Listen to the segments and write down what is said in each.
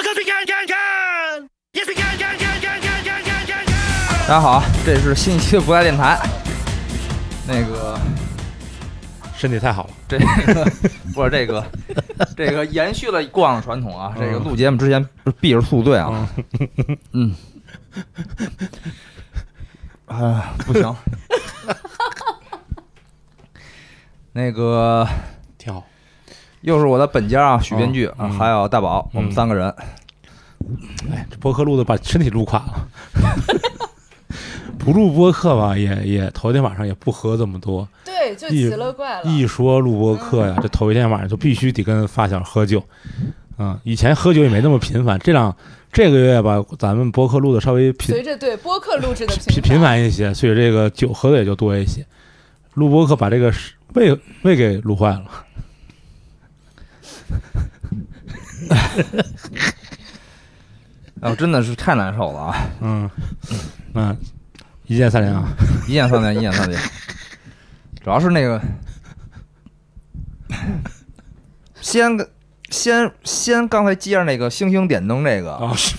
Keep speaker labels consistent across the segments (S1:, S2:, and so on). S1: 看看看，也是看看看看看看看看
S2: 大家好，这是新一期的不在电台。那个，
S3: 身体太好了，
S2: 这个不是这个，这个延续了过往的传统啊。这个录节目之前不是必是宿醉啊。嗯，啊，不行。那个
S3: 挺好。
S2: 又是我的本家啊，许编剧啊，还有大宝，我们三个人。
S3: 哎，这播客录的把身体录垮了。 不录播客吧，也也头一天晚上也不喝这么多。
S4: 对，就
S3: 一
S4: 奇了怪了。
S3: 一说录播客呀，这头一天晚上就必须得跟发小喝酒。嗯，以前喝酒也没那么频繁，这两这个月吧，咱们播客录的稍微频
S4: 随着对播客录制的
S3: 频频繁一些，所以这个酒喝的也就多一些。录播客把这个胃胃给录坏了。
S2: 哎呦，真的是太难受了啊！
S3: 嗯，那一键三连啊，
S2: 一键三连，一键三连。主要是那个，先个先先刚才接着那个星星点灯这个，
S3: 啊，是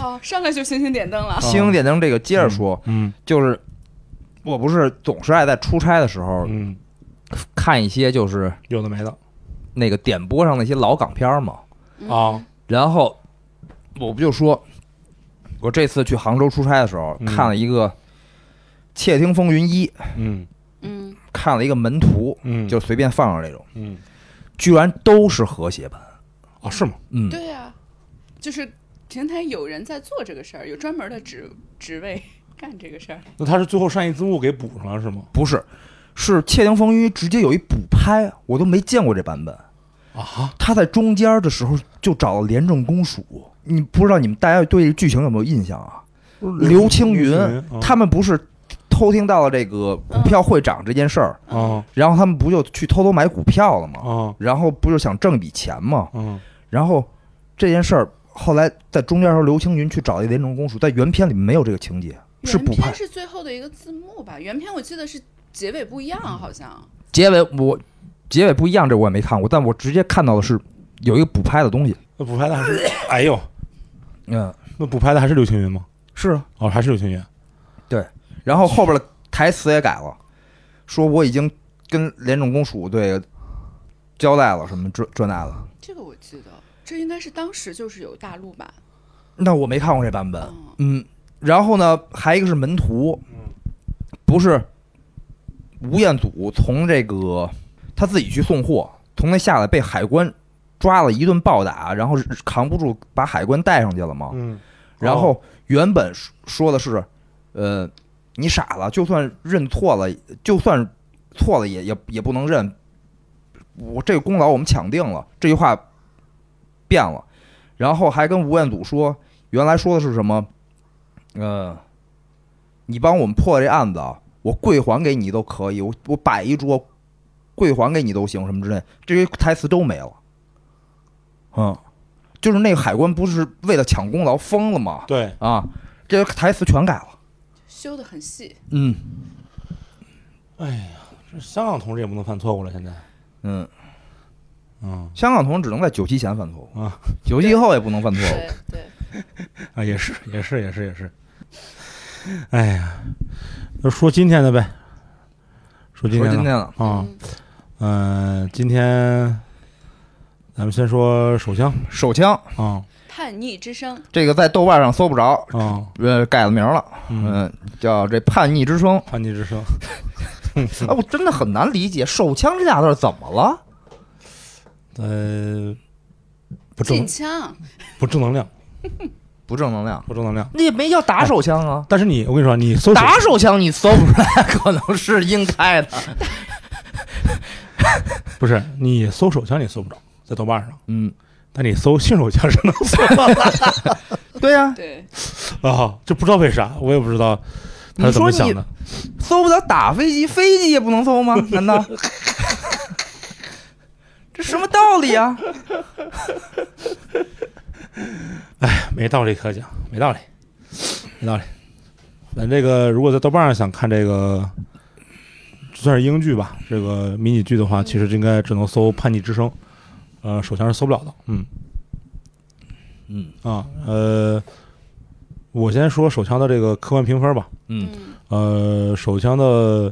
S4: 哦，上来就星星点灯了。
S2: 星星点灯这个接着说，
S3: 嗯
S2: 就是我不是总是爱在出差的时候
S3: 嗯，
S2: 看一些就是
S3: 有的没的
S2: 那个点播上那些老港片嘛，
S4: 嗯
S3: 啊，
S2: 然后我不就说，我这次去杭州出差的时候
S3: 嗯
S2: 看了一个《窃听风云一》，
S3: 嗯
S4: 嗯，
S2: 看了一个门徒，
S3: 嗯，
S2: 就随便放上这种。
S3: 嗯
S2: 居然都是和谐版。
S3: 啊，是吗？
S2: 嗯，
S4: 对呀、就是平台有人在做这个事儿，有专门的职职位干这个事儿。
S3: 那他是最后上一字幕给补上了是吗？
S2: 不是，是《窃听风云》直接有一补拍，我都没见过这版本。
S3: 啊，
S2: 他在中间的时候就找了廉政公署，你不知道你们大家对剧情有没有印象啊？刘青云嗯他们不是偷听到了这个股票会涨这件事儿，
S3: 啊
S2: 然后他们不就去偷偷买股票了吗？
S3: 啊
S2: 然后不就想挣笔钱吗？
S3: 啊
S2: 然后这件事儿后来在中间的时候，刘青云去找一廉政公署，在原片里没有这个情节，是
S4: 原
S2: 补拍
S4: 片。是最后的一个字幕吧？原片我记得是结尾不一样，好像。
S2: 结尾我结尾不一样，这我也没看过，但我直接看到的是有一个补拍的东西。
S3: 那补拍的还是，哎呦，
S2: 嗯，
S3: 那补拍的还是刘青云吗？
S2: 是啊。
S3: 哦，还是刘青云。
S2: 然后后边的台词也改了，说我已经跟廉政公署对交代了什么这这那的。
S4: 这个我记得，这应该是当时就是有大陆版。
S2: 那我没看过这版本。
S4: 嗯，
S2: 嗯，然后呢，还一个是门徒，不是吴彦祖从这个他自己去送货，从那下来被海关抓了一顿暴打，然后是扛不住把海关带上去了吗？
S3: 嗯，
S2: 然后原本说说的是，呃，你傻了，就算认错了，就算错了也也也不能认，我这个功劳我们抢定了。这句话变了，然后还跟吴彦祖说，原来说的是什么？呃，你帮我们破了这案子，啊，我跪还给你都可以，我我摆一桌，跪还给你都行，什么之类，这些台词都没了。嗯，就是那个海关不是为了抢功劳疯了吗？
S3: 对，
S2: 啊，这些台词全改了。
S4: 修的很细。
S2: 嗯
S3: 哎呀，这香港同志也不能犯错误了，现在。
S2: 嗯，
S3: 嗯
S2: 香港同志只能在九七前犯错误
S3: 啊，
S2: 九七以后也不能犯错误。
S4: 对对，
S3: 啊，也是，也是，也是，也是。哎呀，就说今天的呗，说今
S2: 说
S3: 天
S2: 今
S3: 的
S2: 天了，
S3: 啊，嗯、呃，今天咱们先说手枪
S2: 手枪
S3: 啊
S4: 叛逆之声，
S2: 这个在豆瓣上搜不着，
S3: 啊，
S2: 呃，改了名了，
S3: 嗯，
S2: 嗯，叫这叛逆之声。
S3: 叛逆之声，
S2: 哎，我真的很难理解“手枪”这俩字儿怎么了？
S3: 呃，不正
S4: 禁枪，
S3: 不正能量，
S2: 不正能量，
S3: 不正能量。
S2: 那也没叫打手枪啊。
S3: 但是你，我跟你说，你搜手
S2: 打手枪你搜不出来，可能是应该的。
S3: 不是你搜手枪，你搜不着，在豆瓣上，
S2: 嗯，
S3: 但你搜性手枪是能搜
S2: 对呀、
S4: 对，
S3: 到啊，就不知道为啥，我也不知道他是怎么
S2: 你说
S3: 想
S2: 你
S3: 的。
S2: 搜不到打飞机，飞机也不能搜吗？难 道？这什么道理啊？
S3: 哎没道理可讲，没道理，没道理。咱这个如果在豆瓣上想看这个，算是英剧吧，这个迷你剧的话，其实应该只能搜《叛逆之声》，呃，手枪是搜不了的。嗯，
S2: 嗯
S3: 啊，呃，我先说手枪的这个客观评分吧。
S2: 嗯
S3: 呃，手枪的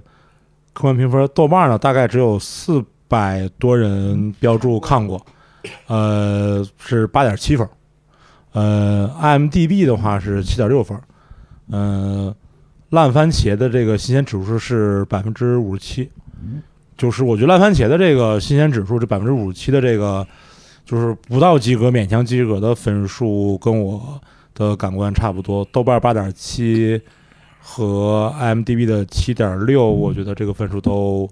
S3: 客观评分，豆瓣呢大概只有四百多人标注看过，呃，是八点七分。呃，IMDB 的话是七点六分。呃，烂番茄的这个新鲜指数是百分之五十七，就是我觉得烂番茄的这个新鲜指数，这百分之五十七的这个就是不到及格、勉强及格的分数，跟我的感官差不多。豆瓣八点七和 IMDB 的七点六，我觉得这个分数都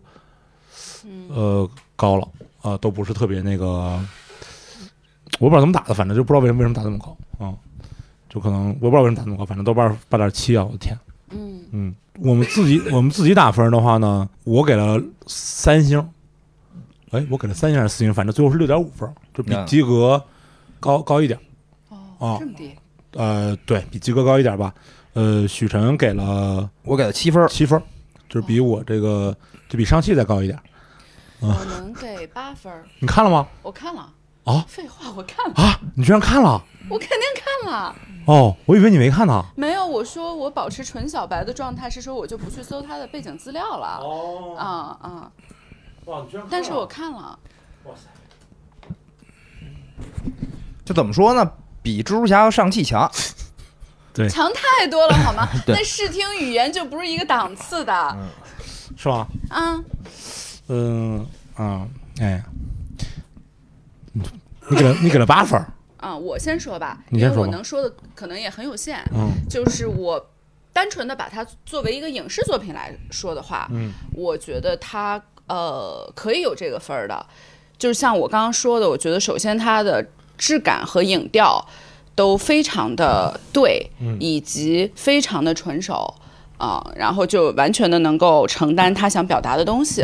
S4: 嗯，
S3: 呃高了啊、都不是特别那个，我不知道怎么打的，反正就不知道为什么为什么打那么高啊、就可能我不知道为什么打那么高，反正豆瓣八点七啊，我的天。
S4: 嗯
S3: 嗯，我们自己我们自己打分的话呢，我给了三星，哎，我给了三星还是四星，反正最后是六点五分，就比
S2: 嗯
S3: 及格高高一点。
S4: 哦
S3: 哦，
S4: 这么低，
S3: 呃，对比及格高一点吧。呃，许晨给了
S2: 我给他七分儿，
S3: 七分，就是比我这个就比上汽再高一点。
S2: 啊
S4: 我能给八分儿，
S3: 你看了吗？
S4: 我看了。
S3: 啊
S4: 废话，我看了，
S3: 啊，你居然看了？
S4: 我肯定看了。
S3: 哦，我以为你没看呢。
S4: 没有，我说我保持纯小白的状态，是说我就不去搜他的背景资料了。
S3: 哦，
S4: 啊啊！
S3: 哇，你居然
S4: 但是我看了，
S3: 哇塞，
S2: 就怎么说呢？比蜘蛛侠和上汽强，
S4: 强太多了 好吗？
S2: 对
S4: 那视听语言就不是一个档次的啊！
S3: 是吧？嗯啊，哎，你给了你给了八分儿，
S4: 啊，我先说吧，
S3: 你
S4: 因
S3: 先
S4: 为
S3: 说
S4: 我
S3: 吧
S4: 能说的可能也很有限，
S3: 嗯
S4: 就是我单纯的把它作为一个影视作品来说的话，
S3: 嗯，
S4: 我觉得它呃可以有这个分儿的，就是像我刚刚说的，我觉得首先它的质感和影调都非常的对，以及非常的纯熟。啊、然后就完全的能够承担他想表达的东西，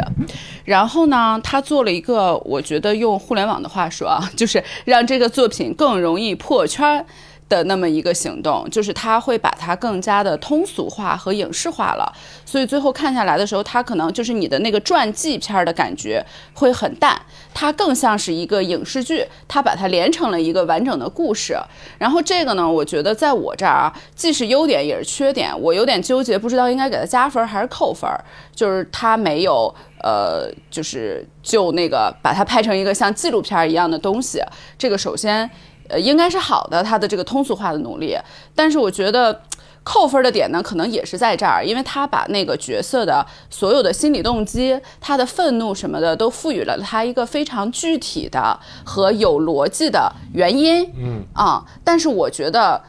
S4: 然后呢，他做了一个，我觉得用互联网的话说啊， 就是让这个作品更容易破圈的那么一个行动，就是他会把它更加的通俗化和影视化了，所以最后看下来的时候，它可能就是你的那个传记片儿的感觉会很淡，它更像是一个影视剧，它把它连成了一个完整的故事。然后这个呢，我觉得在我这儿啊，既是优点也是缺点，我有点纠结，不知道应该给它加分儿还是扣分儿，就是它没有。呃，就是就那个把它拍成一个像纪录片儿一样的东西，这个首先呃应该是好的，它的这个通俗化的努力。但是我觉得扣分的点呢，可能也是在这儿，因为他把那个角色的所有的心理动机、他的愤怒什么的，都赋予了他一个非常具体的和有逻辑的原因。嗯啊，但是我觉得。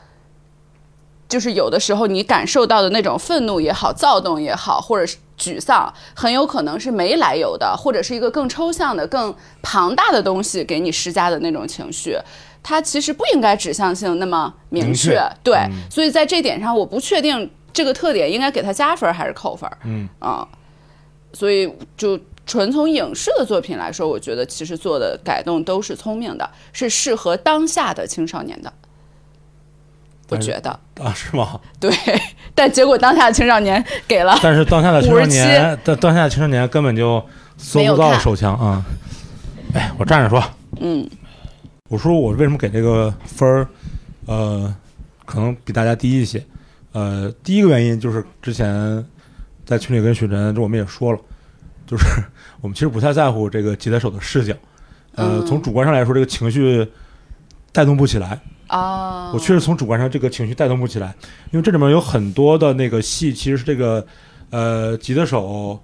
S4: 就是有的时候你感受到的那种愤怒也好、躁动也好，或者是沮丧，很有可能是没来由的，或者是一个更抽象的、更庞大的东西给你施加的那种情绪，它其实不应该指向性那么明
S3: 明确
S4: 对，所以在这点上，我不确定这个特点应该给它加分儿还是扣分儿。
S3: 嗯
S4: 啊，所以就纯从影视的作品来说，我觉得其实做的改动都是聪明的，是适合当下的青少年的。我
S3: 但是
S4: 觉得
S3: 啊，是吗？
S4: 对，但结果当下的青少年 给了
S3: 但是当下的青少年
S4: 57，
S3: 当当下的青少年根本就搜
S4: 没有
S3: 不到
S4: 看
S3: 手枪啊！哎，我站着说，
S4: 嗯，
S3: 我说我为什么给这个分儿，呃，可能比大家低一些。呃，第一个原因就是之前在群里跟许晨，这我们也说了，就是我们其实不太在乎这个吉他手的视角，呃，
S4: 嗯
S3: 从主观上来说，这个情绪带动不起来。
S4: 啊，
S3: 我确实从主观上这个情绪带动不起来，因为这里面有很多的那个戏，其实是这个呃吉他手，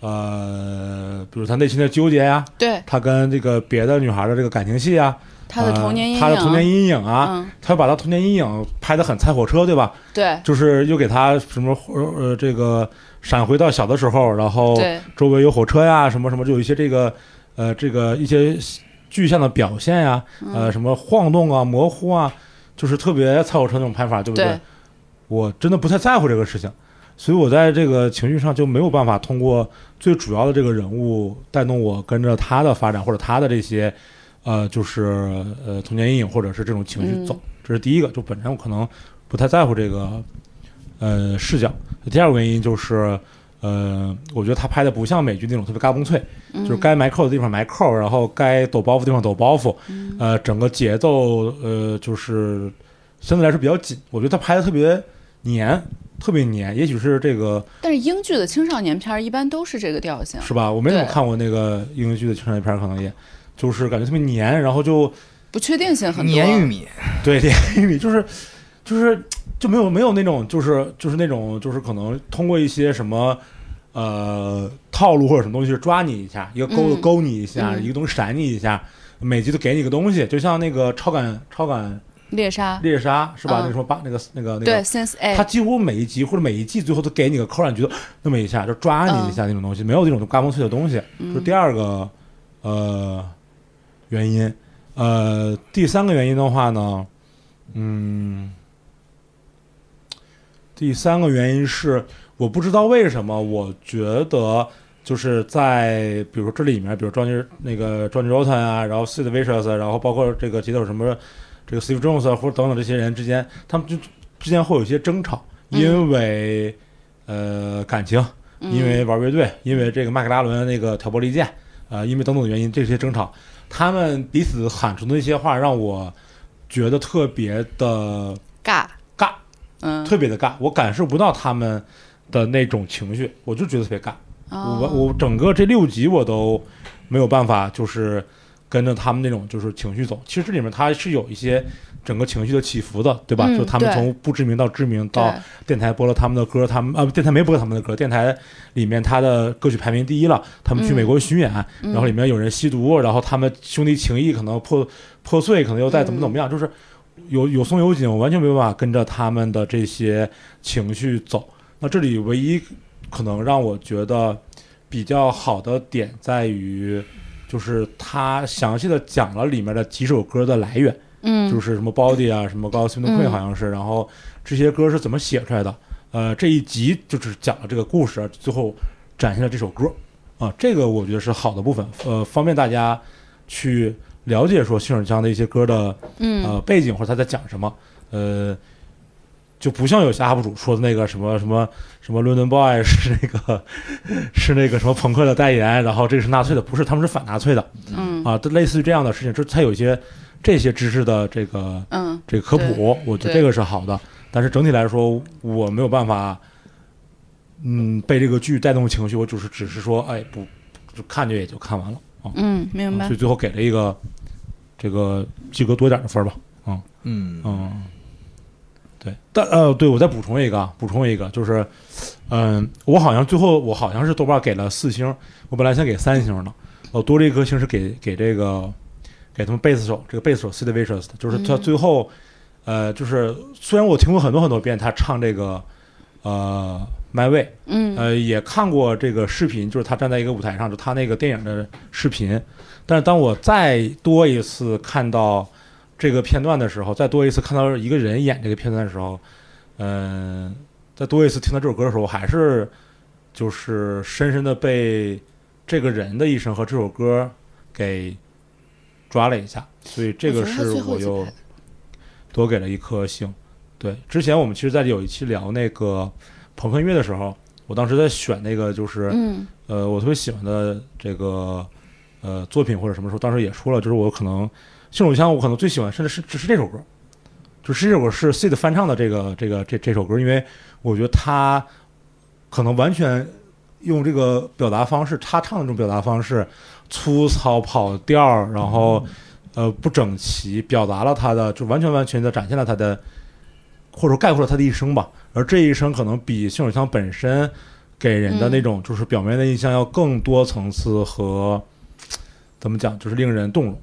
S3: 呃，比如他内心的纠结呀、
S4: 对
S3: 他跟这个别的女孩的这个感情戏啊，
S4: 他的
S3: 呃
S4: 童年阴影，
S3: 他的童年阴影啊，
S4: 嗯，
S3: 他把他童年阴影拍得很菜火车，对吧？
S4: 对
S3: 就是又给他什么呃呃这个闪回到小的时候，然后
S4: 对，
S3: 周围有火车呀，什么什么，就有一些这个呃这个一些具象的表现呀，
S4: 嗯
S3: 呃什么晃动啊、模糊啊，就是特别菜火车那种拍法，对不
S4: 对，
S3: 我真的不太在乎这个事情，所以我在这个情绪上就没有办法通过最主要的这个人物带动我跟着他的发展或者他的这些，呃，就是呃童年阴影或者是这种情绪走。
S4: 嗯
S3: 这是第一个，就本身我可能不太在乎这个呃视角。第二个原因就是呃，我觉得他拍的不像美剧那种特别嘎嘣脆，就是该埋扣的地方埋扣，然后该抖包袱的地方抖包袱，呃，整个节奏呃就是相对来说比较紧，我觉得他拍的特别黏，特别黏，也许是这个
S4: 但是英剧的青少年片儿一般都是这个调性，
S3: 是吧？我没怎么
S4: 对
S3: 看过那个英剧的青少年片儿，可能也就是感觉特别黏，然后就
S4: 不确定性很多。
S2: 粘玉米，
S3: 对，连玉米就是就是就没有没有那种就是就是那种就是可能通过一些什么呃套路或者什么东西抓你一下，一个钩子
S4: 嗯
S3: 勾你一下，
S4: 嗯
S3: 一个东西闪你一下，每集都给你个东西，就像那个超感超感
S4: 猎杀，
S3: 猎杀是吧？
S4: 嗯
S3: 那什么八那个那个那
S4: 对
S3: 个。
S4: ，Sense
S3: 他
S4: A，
S3: 几乎每一集或者每一季最后都给你个扣，让你觉得那么一下就抓你一下那种东西，没有那种嘎嘣脆的东西。这是第二个呃原因，呃，第三个原因的话呢，嗯，第三个原因是我不知道为什么，我觉得就是在比如说这里面，比如 Johnny 那个 Johnny Rotten 啊，然后 Sid Vicious，啊然后包括这个街头什么这个 Steve Jones 啊，或者等等这些人之间，他们就之间会有一些争吵，
S4: 嗯
S3: 因为、呃感情，
S4: 嗯
S3: 因为玩乐队，因为这个麦克拉伦那个挑拨离间，呃，因为等等的原因，这些争吵，他们彼此喊出的一些话，让我觉得特别的
S4: 尬，
S3: 尬，
S4: 嗯，
S3: 特别的尬，我感受不到他们的那种情绪，我就觉得特别尬。
S4: 哦
S3: 我我整个这六集我都没有办法，就是跟着他们那种就是情绪走。其实这里面它是有一些整个情绪的起伏的，对吧？
S4: 嗯
S3: 就他们
S4: 对
S3: 从不知名到知名，到
S4: 对
S3: 电台播了他们的歌，他们啊不电台没播他们的歌，电台里面他的歌曲排名第一了，他们去
S4: 嗯
S3: 美国巡演，然后里面有人吸毒，然后他们兄弟情谊可能破破碎，可能又再怎么怎么
S4: 嗯
S3: 样，就是有有松有紧，我完全没有办法跟着他们的这些情绪走。那这里唯一可能让我觉得比较好的点在于，就是他详细的讲了里面的几首歌的来源。
S4: 嗯，
S3: 就是什么 Body 啊，什么 g o s p i n q u e e
S4: 嗯
S3: 好像是，然后这些歌是怎么写出来的？呃，这一集就只讲了这个故事，最后展现了这首歌啊，这个我觉得是好的部分，呃，方便大家去了解说信手枪的一些歌的
S4: 嗯
S3: 呃背景或者他在讲什么，呃，就不像有些 UP 主说的那个什么什么什么 London Boy 是那个 是那个什么朋克的代言，然后这个是纳粹的，不是，他们是反纳粹的，
S4: 嗯
S3: 啊，类似于这样的事情，就是它有一些这些知识的这个
S4: 嗯
S3: 这个科普，我觉得这个是好的。但是整体来说，我没有办法，嗯，被这个剧带动情绪，我就是只是说，哎，不，就看就也就看完了啊。
S4: 嗯，明白
S3: 所以。最后给了一个这个及格多点的分儿吧。嗯
S2: 嗯，
S3: 嗯，对，但呃，对我再补充一个，啊，补充一个，就是，嗯、我好像最后我好像是豆瓣给了四星，我本来想给三星的，我多了一颗星是给给这个给他们贝斯手，这个贝斯手 Sid Vicious 的，就是他最后，呃，就是虽然我听过很多很多遍他唱这个，呃，My Way，
S4: 嗯
S3: 呃，也看过这个视频，就是他站在一个舞台上，就他那个电影的视频。但是当我再多一次看到这个片段的时候，再多一次看到一个人演这个片段的时候，嗯、再多一次听到这首歌的时候，我还是就是深深的被这个人的一生和这首歌给抓了一下，所以这
S4: 我
S3: 个
S4: 觉得他
S3: 是
S4: 最后
S3: 我
S4: 一次
S3: 又
S4: 拍
S3: 多给了一颗星。对，之前我们其实，在有一期聊那个朋克音乐的时候，我当时在选那个就是、
S4: 嗯
S3: 呃，我特别喜欢的这个呃作品或者什么时候，当时也说了，就是我可能信手枪，我可能最喜欢，甚至是只是这首歌，就是这首歌是 C 的翻唱的这个这个这这首歌，因为我觉得他可能完全用这个表达方式，他唱的这种表达方式，粗糙跑调儿，然后呃不整齐，表达了他的就完全完全的展现了他的，或者说概括了他的一生吧。而这一生可能比信手枪本身给人的那种就是表面的印象要更多层次和怎么讲，就是令人动容。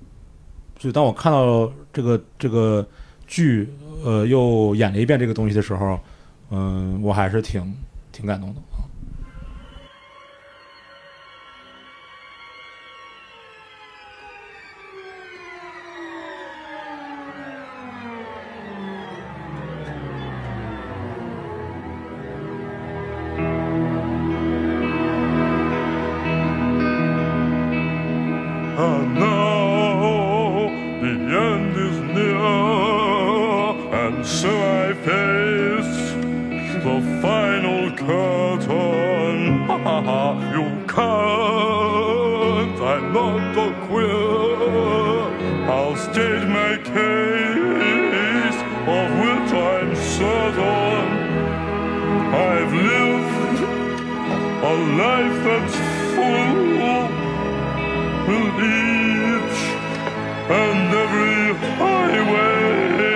S3: 所以当我看到这个这个剧，呃，又演了一遍这个东西的时候，嗯、我还是挺挺感动的。
S5: And now the end is near, and so I face the final curtain. life that's full in each and every highway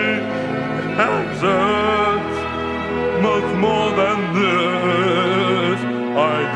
S5: has it much more than this. I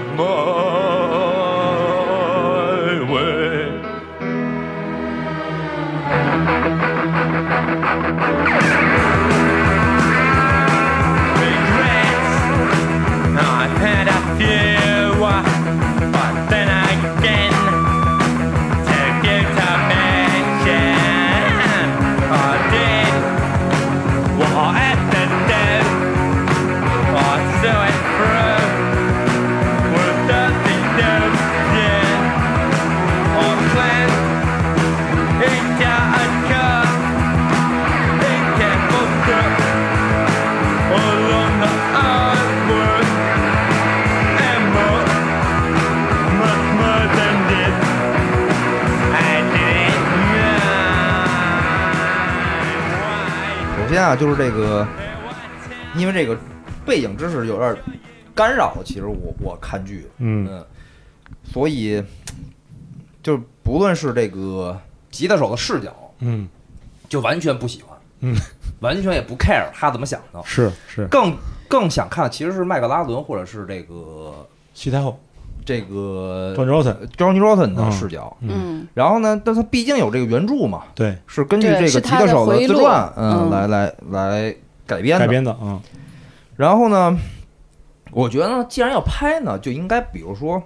S5: it my way.
S6: regrets. I've had a few, uh, but then again, to give to mention, I did what I had to do. I saw it through with dirty deception. I planned into a car, into a along the outward and more, much more than this. I didn't know.
S2: 首先啊，就是这个，因为这个背景知识有点干扰，其实我我看剧，
S3: 嗯
S2: 嗯，所以就是不论是这个吉他手的视角，
S3: 嗯
S2: 就完全不喜欢，
S3: 嗯，
S2: 完全也不 care 他怎么想的，
S3: 是是，
S2: 更更想看的其实是麦克拉伦或者是这个
S3: 西太后
S2: 这个
S3: John Johnson，
S2: Johnny Rotten 的
S3: 嗯
S2: 视角。
S4: 嗯，
S2: 然后呢，但他毕竟有这个原著嘛，
S3: 对，
S2: 是根据
S4: 对
S2: 这个
S4: 是
S2: 吉
S4: 他
S2: 他
S4: 的
S2: 手的
S4: 回忆
S2: 自
S4: 录
S2: 传，
S4: 嗯
S2: 来来来改编的
S3: 改。编的啊，
S2: 然后呢，我觉得呢，既然要拍呢，就应该比如说，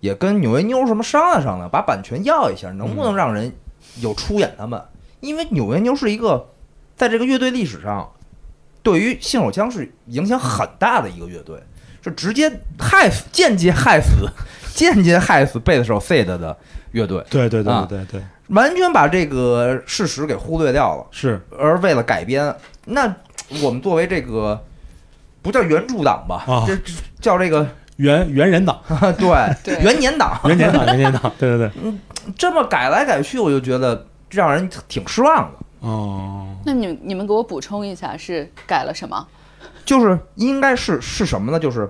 S2: 也跟纽约妞什么商量商量，把版权要一下，能不能让人有出演他们？因为纽约妞是一个在这个乐队历史上，对于信手枪是影响很大的一个乐队，是直接害死、间接害死、间接害死贝斯手 Sid 的乐队，
S3: 对对
S2: 啊
S3: 对对对对，
S2: 完全把这个事实给忽略掉了。
S3: 是
S2: 而为了改编，那我们作为这个不叫原著党吧，
S3: 啊
S2: 这叫这个
S3: 原原人党，
S2: 对
S4: 对
S2: 元年党，
S3: 原年党，原年党，对对对，
S2: 这么改来改去，我就觉得让人挺失望的。
S3: 哦，
S4: 那你你们给我补充一下是改了什么？
S2: 就是应该是是什么呢？就是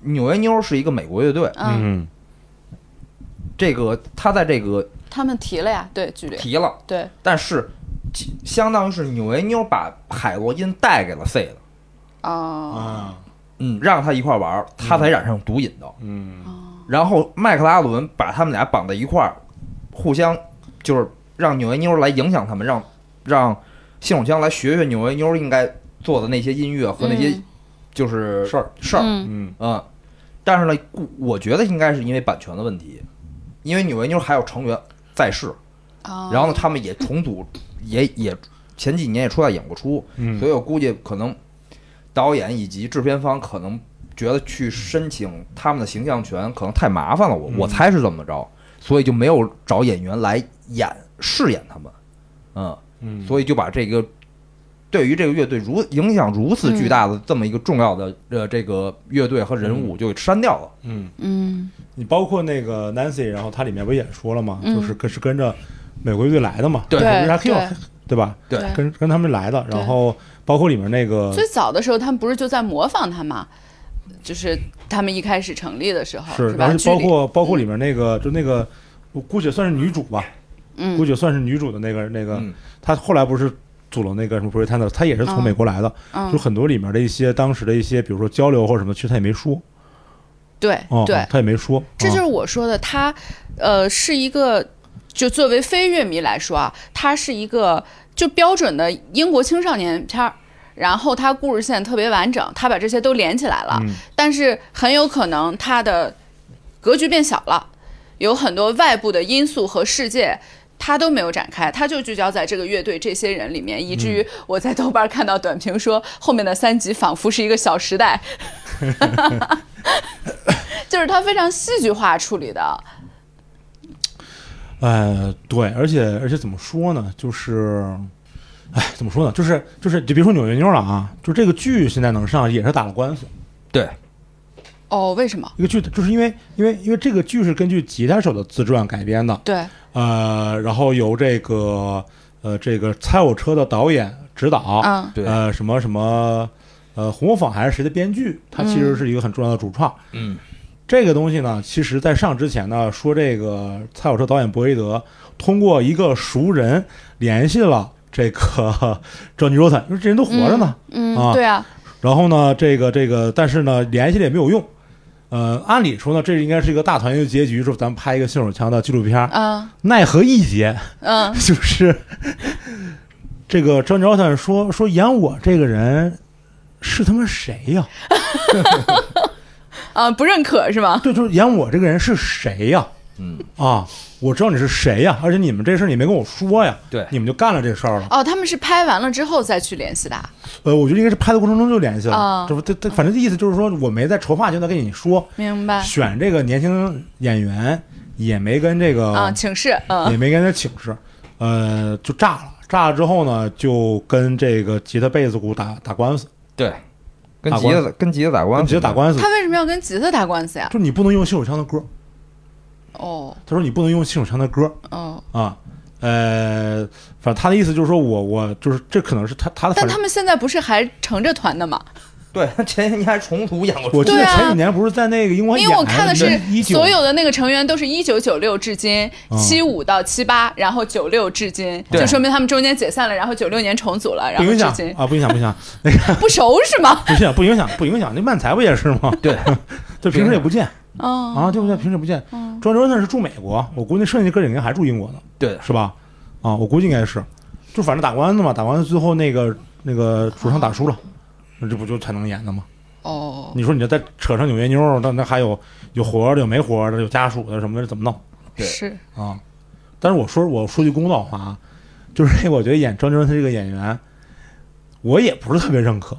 S2: 纽约妞是一个美国乐队，
S4: 嗯，
S3: 嗯
S2: 这个他在这个
S4: 他们提了呀，对，剧烈，
S2: 提了，
S4: 对，
S2: 但是其相当于是纽约妞把海洛因带给了 C 的，
S4: 哦，
S3: 啊，
S2: 嗯，让他一块儿玩儿，他才染上毒瘾的。哦
S3: 嗯
S2: 然后麦克拉伦把他们俩绑在一块儿，互相就是让纽约妞来影响他们，让让信手枪来学学纽约妞应该做的那些音乐和那些
S4: 嗯
S2: 就是
S3: 事儿
S2: 事儿，
S4: 嗯
S3: 嗯
S2: 嗯，但是呢，故我觉得应该是因为版权的问题，因为纽约妞还有成员在世，
S4: 哦
S2: 然后呢，他们也重组，也也前几年也出来演过出，
S3: 嗯
S2: 所以我估计可能导演以及制片方可能觉得去申请他们的形象权可能太麻烦了，
S3: 嗯
S2: 我我猜是这么着，所以就没有找演员来演饰演他们，嗯，
S3: 嗯，
S2: 所以就把这个对于这个乐队如影响如此巨大的这么一个重要的呃这个乐队和人物就给删掉了，
S3: 嗯。
S4: 嗯
S3: 你包括那个 Nancy，然后它里面不也说了吗？
S4: 嗯
S3: 就是跟是跟着美国乐队来的嘛，
S2: 对
S3: 就是 r a k
S4: 对
S3: i 对吧？
S2: 对
S4: 对
S3: 跟跟他们来的。然后包括里面那个
S4: 最早的时候，他们不是就在模仿他吗？就是他们一开始成立的时候，
S3: 是，
S4: 吧？嗯
S3: 然后
S4: 剧
S3: 就包
S4: 里，
S3: 括包括里面那个就那个，我姑且算是女主吧，姑
S4: 嗯
S3: 且算是女主的那个那个
S2: 嗯，
S3: 她后来不是组了那个什么 b r i t a n 的，她也是从
S4: 嗯
S3: 美国来的，就
S4: 嗯，
S3: 很多里面的一些当时的一些，比如说交流或者什么，其实她也没说，
S4: 对
S3: 哦，
S4: 对，
S3: 她也没说，
S4: 这就是
S3: 啊
S4: 我说的，他呃是一个，就作为非乐迷来说啊，他是一个就标准的英国青少年片儿。然后他故事线特别完整，他把这些都连起来了，
S3: 嗯
S4: 但是很有可能他的格局变小了，有很多外部的因素和世界，他都没有展开，他就聚焦在这个乐队这些人里面，以至于我在豆瓣看到短评说后面的三集仿佛是一个《小时代》，就是他非常戏剧化处理的，
S3: 呃，对，而且而且怎么说呢？就是，哎，怎么说呢？就是就是，就别说纽约妞了啊，就这个剧现在能上也是打了官司。
S2: 对，
S4: 哦，为什么？
S3: 这个剧就是因为因为因为这个剧是根据吉他手的自传改编的，
S4: 对，
S3: 呃，然后由这个呃这个《猜我车》的导演指导，
S4: 嗯
S2: 对
S3: 呃什么什么呃，《红磨坊》还是谁的编剧，他其
S4: 嗯
S3: 实是一个很重要的主创。
S2: 嗯，
S3: 这个东西呢，其实在上之前呢，说这个蔡小彻导演博伊德通过一个熟人联系了这个珍妮·罗森，说这人都活着呢。
S4: 嗯，
S3: 啊
S4: 对啊，
S3: 然后呢，这个这个，但是呢，联系了也没有用。呃，按理说呢，这应该是一个大团圆的结局，说咱们拍一个信手枪的纪录片儿，
S4: 嗯
S3: 奈何一劫
S4: 嗯
S3: 就是这个张乔坦说说演我这个人是他妈谁呀、
S4: 啊，不认可是吧？
S3: 对，就是演我这个人是谁呀、
S2: 嗯
S3: 啊，我知道你是谁呀、而且你们这事儿你没跟我说呀，
S2: 对
S3: 你们就干了这事儿了。
S4: 哦，他们是拍完了之后再去联系的啊。
S3: 呃，我觉得应该是拍的过程中就联系了，
S4: 啊
S3: 这不这这反正意思就是说我没在筹划阶段跟你说，
S4: 明白
S3: 选这个年轻演员也没跟这个
S4: 啊，请示，嗯
S3: 也哦没跟他请示，呃，就炸了。炸了之后呢，就跟这个吉他贝斯鼓打打官司，
S2: 对，跟
S3: 打
S2: 吉
S3: 官
S2: 他跟吉他打官
S3: 跟
S2: 司，
S3: 吉他打官司
S4: 他，为什么要跟吉他打官司呀？
S3: 就你不能用信手枪的歌。
S4: 哦
S3: 他说你不能用信手枪的歌
S4: 哦，
S3: 啊，呃，反正他的意思就是说我我就是这可能是他他的
S4: 但
S3: 反
S4: 他
S3: 正。
S4: 们现在不是还成着团的吗？
S2: 对，前些年还重组演过出，
S3: 我记得
S4: 对啊
S3: 前几年不是在那个英国演，
S4: 因为我看的是
S3: 一九
S4: 所有的那个成员都是一九九六至今，
S3: 嗯
S4: 七五到七八，然后九六至今，
S2: 对
S4: 就说明他们中间解散了，然后九六年重组了，然
S3: 不
S4: 后
S3: 影响
S4: 至今
S3: 啊，不影响不影响，
S4: 不熟是吗？
S3: 不影响不影响不影响，那漫才不也是吗？
S2: 对，
S3: 就平时也不见
S4: 哦，
S3: 啊，对不对？平时也不见。庄周那是住美国，我估计剩下哥几个应该还住英国呢，
S2: 对，
S3: 是吧？啊，我估计应该是，就反正打官司嘛，打官司最后那个那个主唱打输了，那这不就才能演的吗？
S4: 哦，
S3: 你说你这再扯上纽约妞儿，那那还有有活的，有没活的，有家属的什么的，怎么弄
S2: 对
S4: 是，
S3: 啊？但是我说我说句公道话啊，就是 这个我觉得演张哲他这个演员，我也不是特别认可，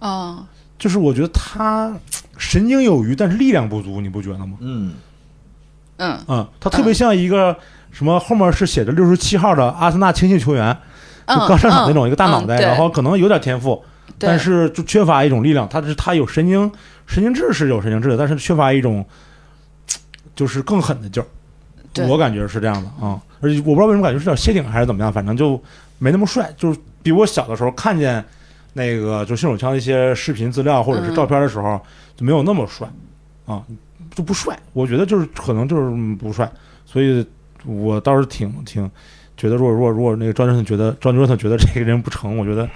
S4: 哦，
S3: 就是我觉得他神经有余，但是力量不足，你不觉得吗？
S2: 嗯，
S4: 嗯
S3: 嗯，他特别像一个什么后面是写着六十七号的阿森纳青训球员，就
S4: 嗯，
S3: 刚上场那种，
S4: 嗯
S3: 一个大脑
S4: 嗯
S3: 袋，
S4: 对
S3: 然后可能有点天赋，
S4: 对
S3: 但是就缺乏一种力量。他是他有神经神经质是有神经质的，但是缺乏一种嘖就是更狠的劲儿。
S4: 对
S3: 我感觉是这样的啊、而且我不知道为什么感觉是有点谢顶还是怎么样，反正就没那么帅。就是比我小的时候看见那个就信手枪的一些视频资料或者是
S4: 嗯
S3: 照片的时候，就没有那么帅啊，就不帅。我觉得就是可能就是嗯不帅，所以我倒是挺挺觉得，如果如果如果那个庄周特觉得庄周特觉得这个人不成，我觉得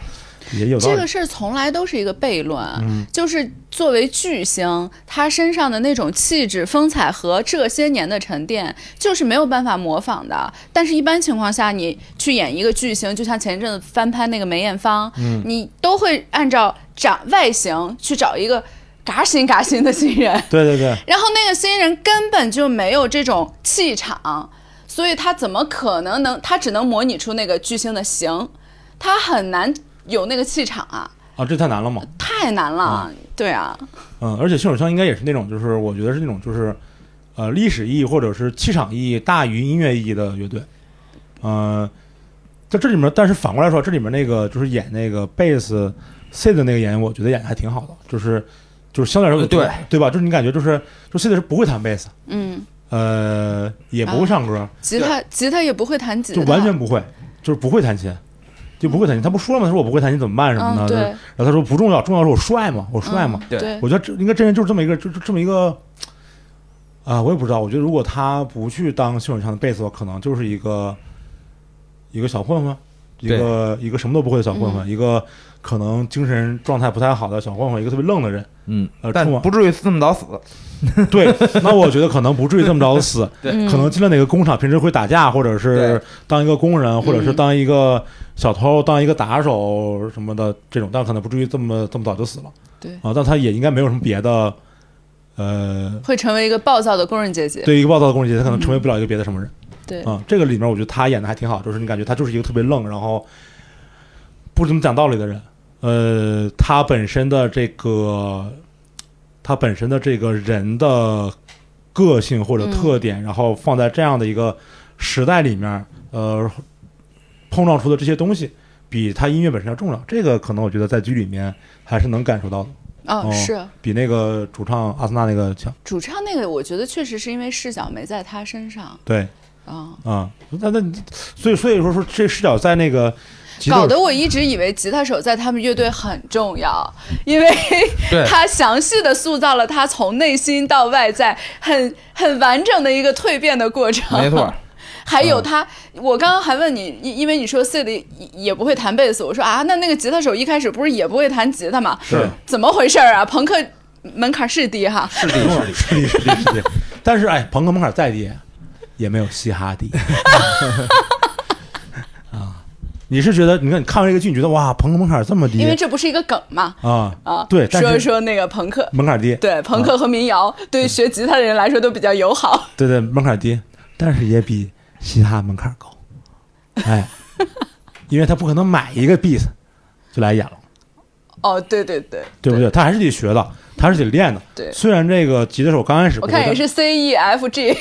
S3: 也有道
S4: 这
S3: 理。
S4: 个事儿从来都是一个悖论，
S3: 嗯
S4: 就是作为巨星，他身上的那种气质、风采和这些年的沉淀，就是没有办法模仿的。但是，一般情况下，你去演一个巨星，就像前一阵子翻拍那个梅艳芳，
S3: 嗯
S4: 你都会按照长外形去找一个嘎新嘎新的新人，
S3: 对对对，
S4: 然后那个新人根本就没有这种气场，所以他怎么可能能？他只能模拟出那个巨星的型，他很难有那个气场啊，
S3: 啊，这太难了嘛。
S4: 太难了。对啊，
S3: 嗯，而且信手枪应该也是那种，就是我觉得是那种，就是呃历史意义或者是气场意义大于音乐意义的乐队。呃，在这里面，但是反过来说，这里面那个就是演那个贝斯 C 的那个演员，我觉得演的还挺好的，就是就是相对来说
S2: 对
S3: 对吧？就是你感觉就是就 C 的是不会弹贝斯，
S4: 嗯，啊
S3: 呃，也不会唱歌，
S4: 吉他吉他也不会弹吉他，
S3: 就完全不会，就是不会弹琴，就不会弹琴。他不说了吗？他说我不会弹琴怎么办什么的。
S4: 嗯对
S3: 然后他说不重要，重要是我帅嘛，我帅嘛。
S4: 嗯
S2: 对
S4: 对，
S3: 我觉得这应该真人就是这么一个，就就这么一个，啊、我也不知道。我觉得如果他不去当信手枪的贝斯手，可能就是一个一个小混混，一个一个什么都不会的小混
S2: 嗯
S3: 混，一个可能精神状态不太好的小混混，一个特别愣的人。
S2: 嗯
S3: 呃，
S2: 但
S3: 冲啊
S2: 不至于这么早死。
S3: 对，那我觉得可能不至于这么着死，
S2: 对
S3: 可能进了哪个工厂，平时会打架，或者是
S2: 对嗯
S3: 当一个工人，或者是当一个小偷，当一个打手什么的这种，但可能不至于这么这么早就死了。
S4: 对
S3: 啊，但他也应该没有什么别的，呃，
S4: 会成为一个暴躁的工人阶级。
S3: 对于一个暴躁的工人阶级，他可能成为不了一个别的什么人。
S4: 对哦
S3: 啊，这个里面我觉得他演的还挺好，就是你感觉他就是一个特别愣，然后不怎么讲道理的人。呃，他本身的这个，他本身的这个人的个性或者
S4: 嗯
S3: 特点，然后放在这样的一个时代里面，呃，碰撞出的这些东西，比他音乐本身要重要。这个可能我觉得在剧里面还是能感受到的，
S4: 哦
S3: 哦，
S4: 是
S3: 比那个主唱阿森纳那个强。
S4: 主唱那个，我觉得确实是因为视角没在他身上
S3: 对，
S4: 啊。
S3: 啊、那那所以所以说说这视角在那个吉他
S4: 搞得我一直以为吉他手在他们乐队很重要，
S3: 嗯
S4: 因 为
S2: 对
S4: 他详细的塑造了他从内心到外在很很完整的一个蜕变的过程。
S2: 没错，
S4: 还
S3: 嗯
S4: 有他，我刚刚还问你，因因为你说 C 里也不会弹贝斯，我说啊，那那个吉他手一开始不是也不会弹吉他吗？
S3: 是
S4: 怎么回事儿啊？朋克门槛是低哈，
S3: 是的，是的，是的，是的。但是哎，朋克门槛再低，也没有嘻哈低 啊。你是觉得你看你看完这个剧，你觉得哇，朋克门槛这么低
S4: 因为这不是一个梗嘛
S3: 啊
S4: 啊。
S3: 对，但
S4: 说
S3: 是嗯
S4: 说那个朋克，
S3: 门槛低，
S4: 对朋克和民谣对于学吉他的人来说都比较友好。
S3: 对对，门槛低，但是也比嘻哈门槛高。哎， 因为他不可能买一个 beat 就来演了，
S4: 哦，对对对，
S3: 对不对？他还是得学的，他还是得练的。
S4: 对
S3: 虽然这个吉他手刚开始不
S4: 我
S3: 会，
S4: 看也
S3: 但
S4: 是 C E F G，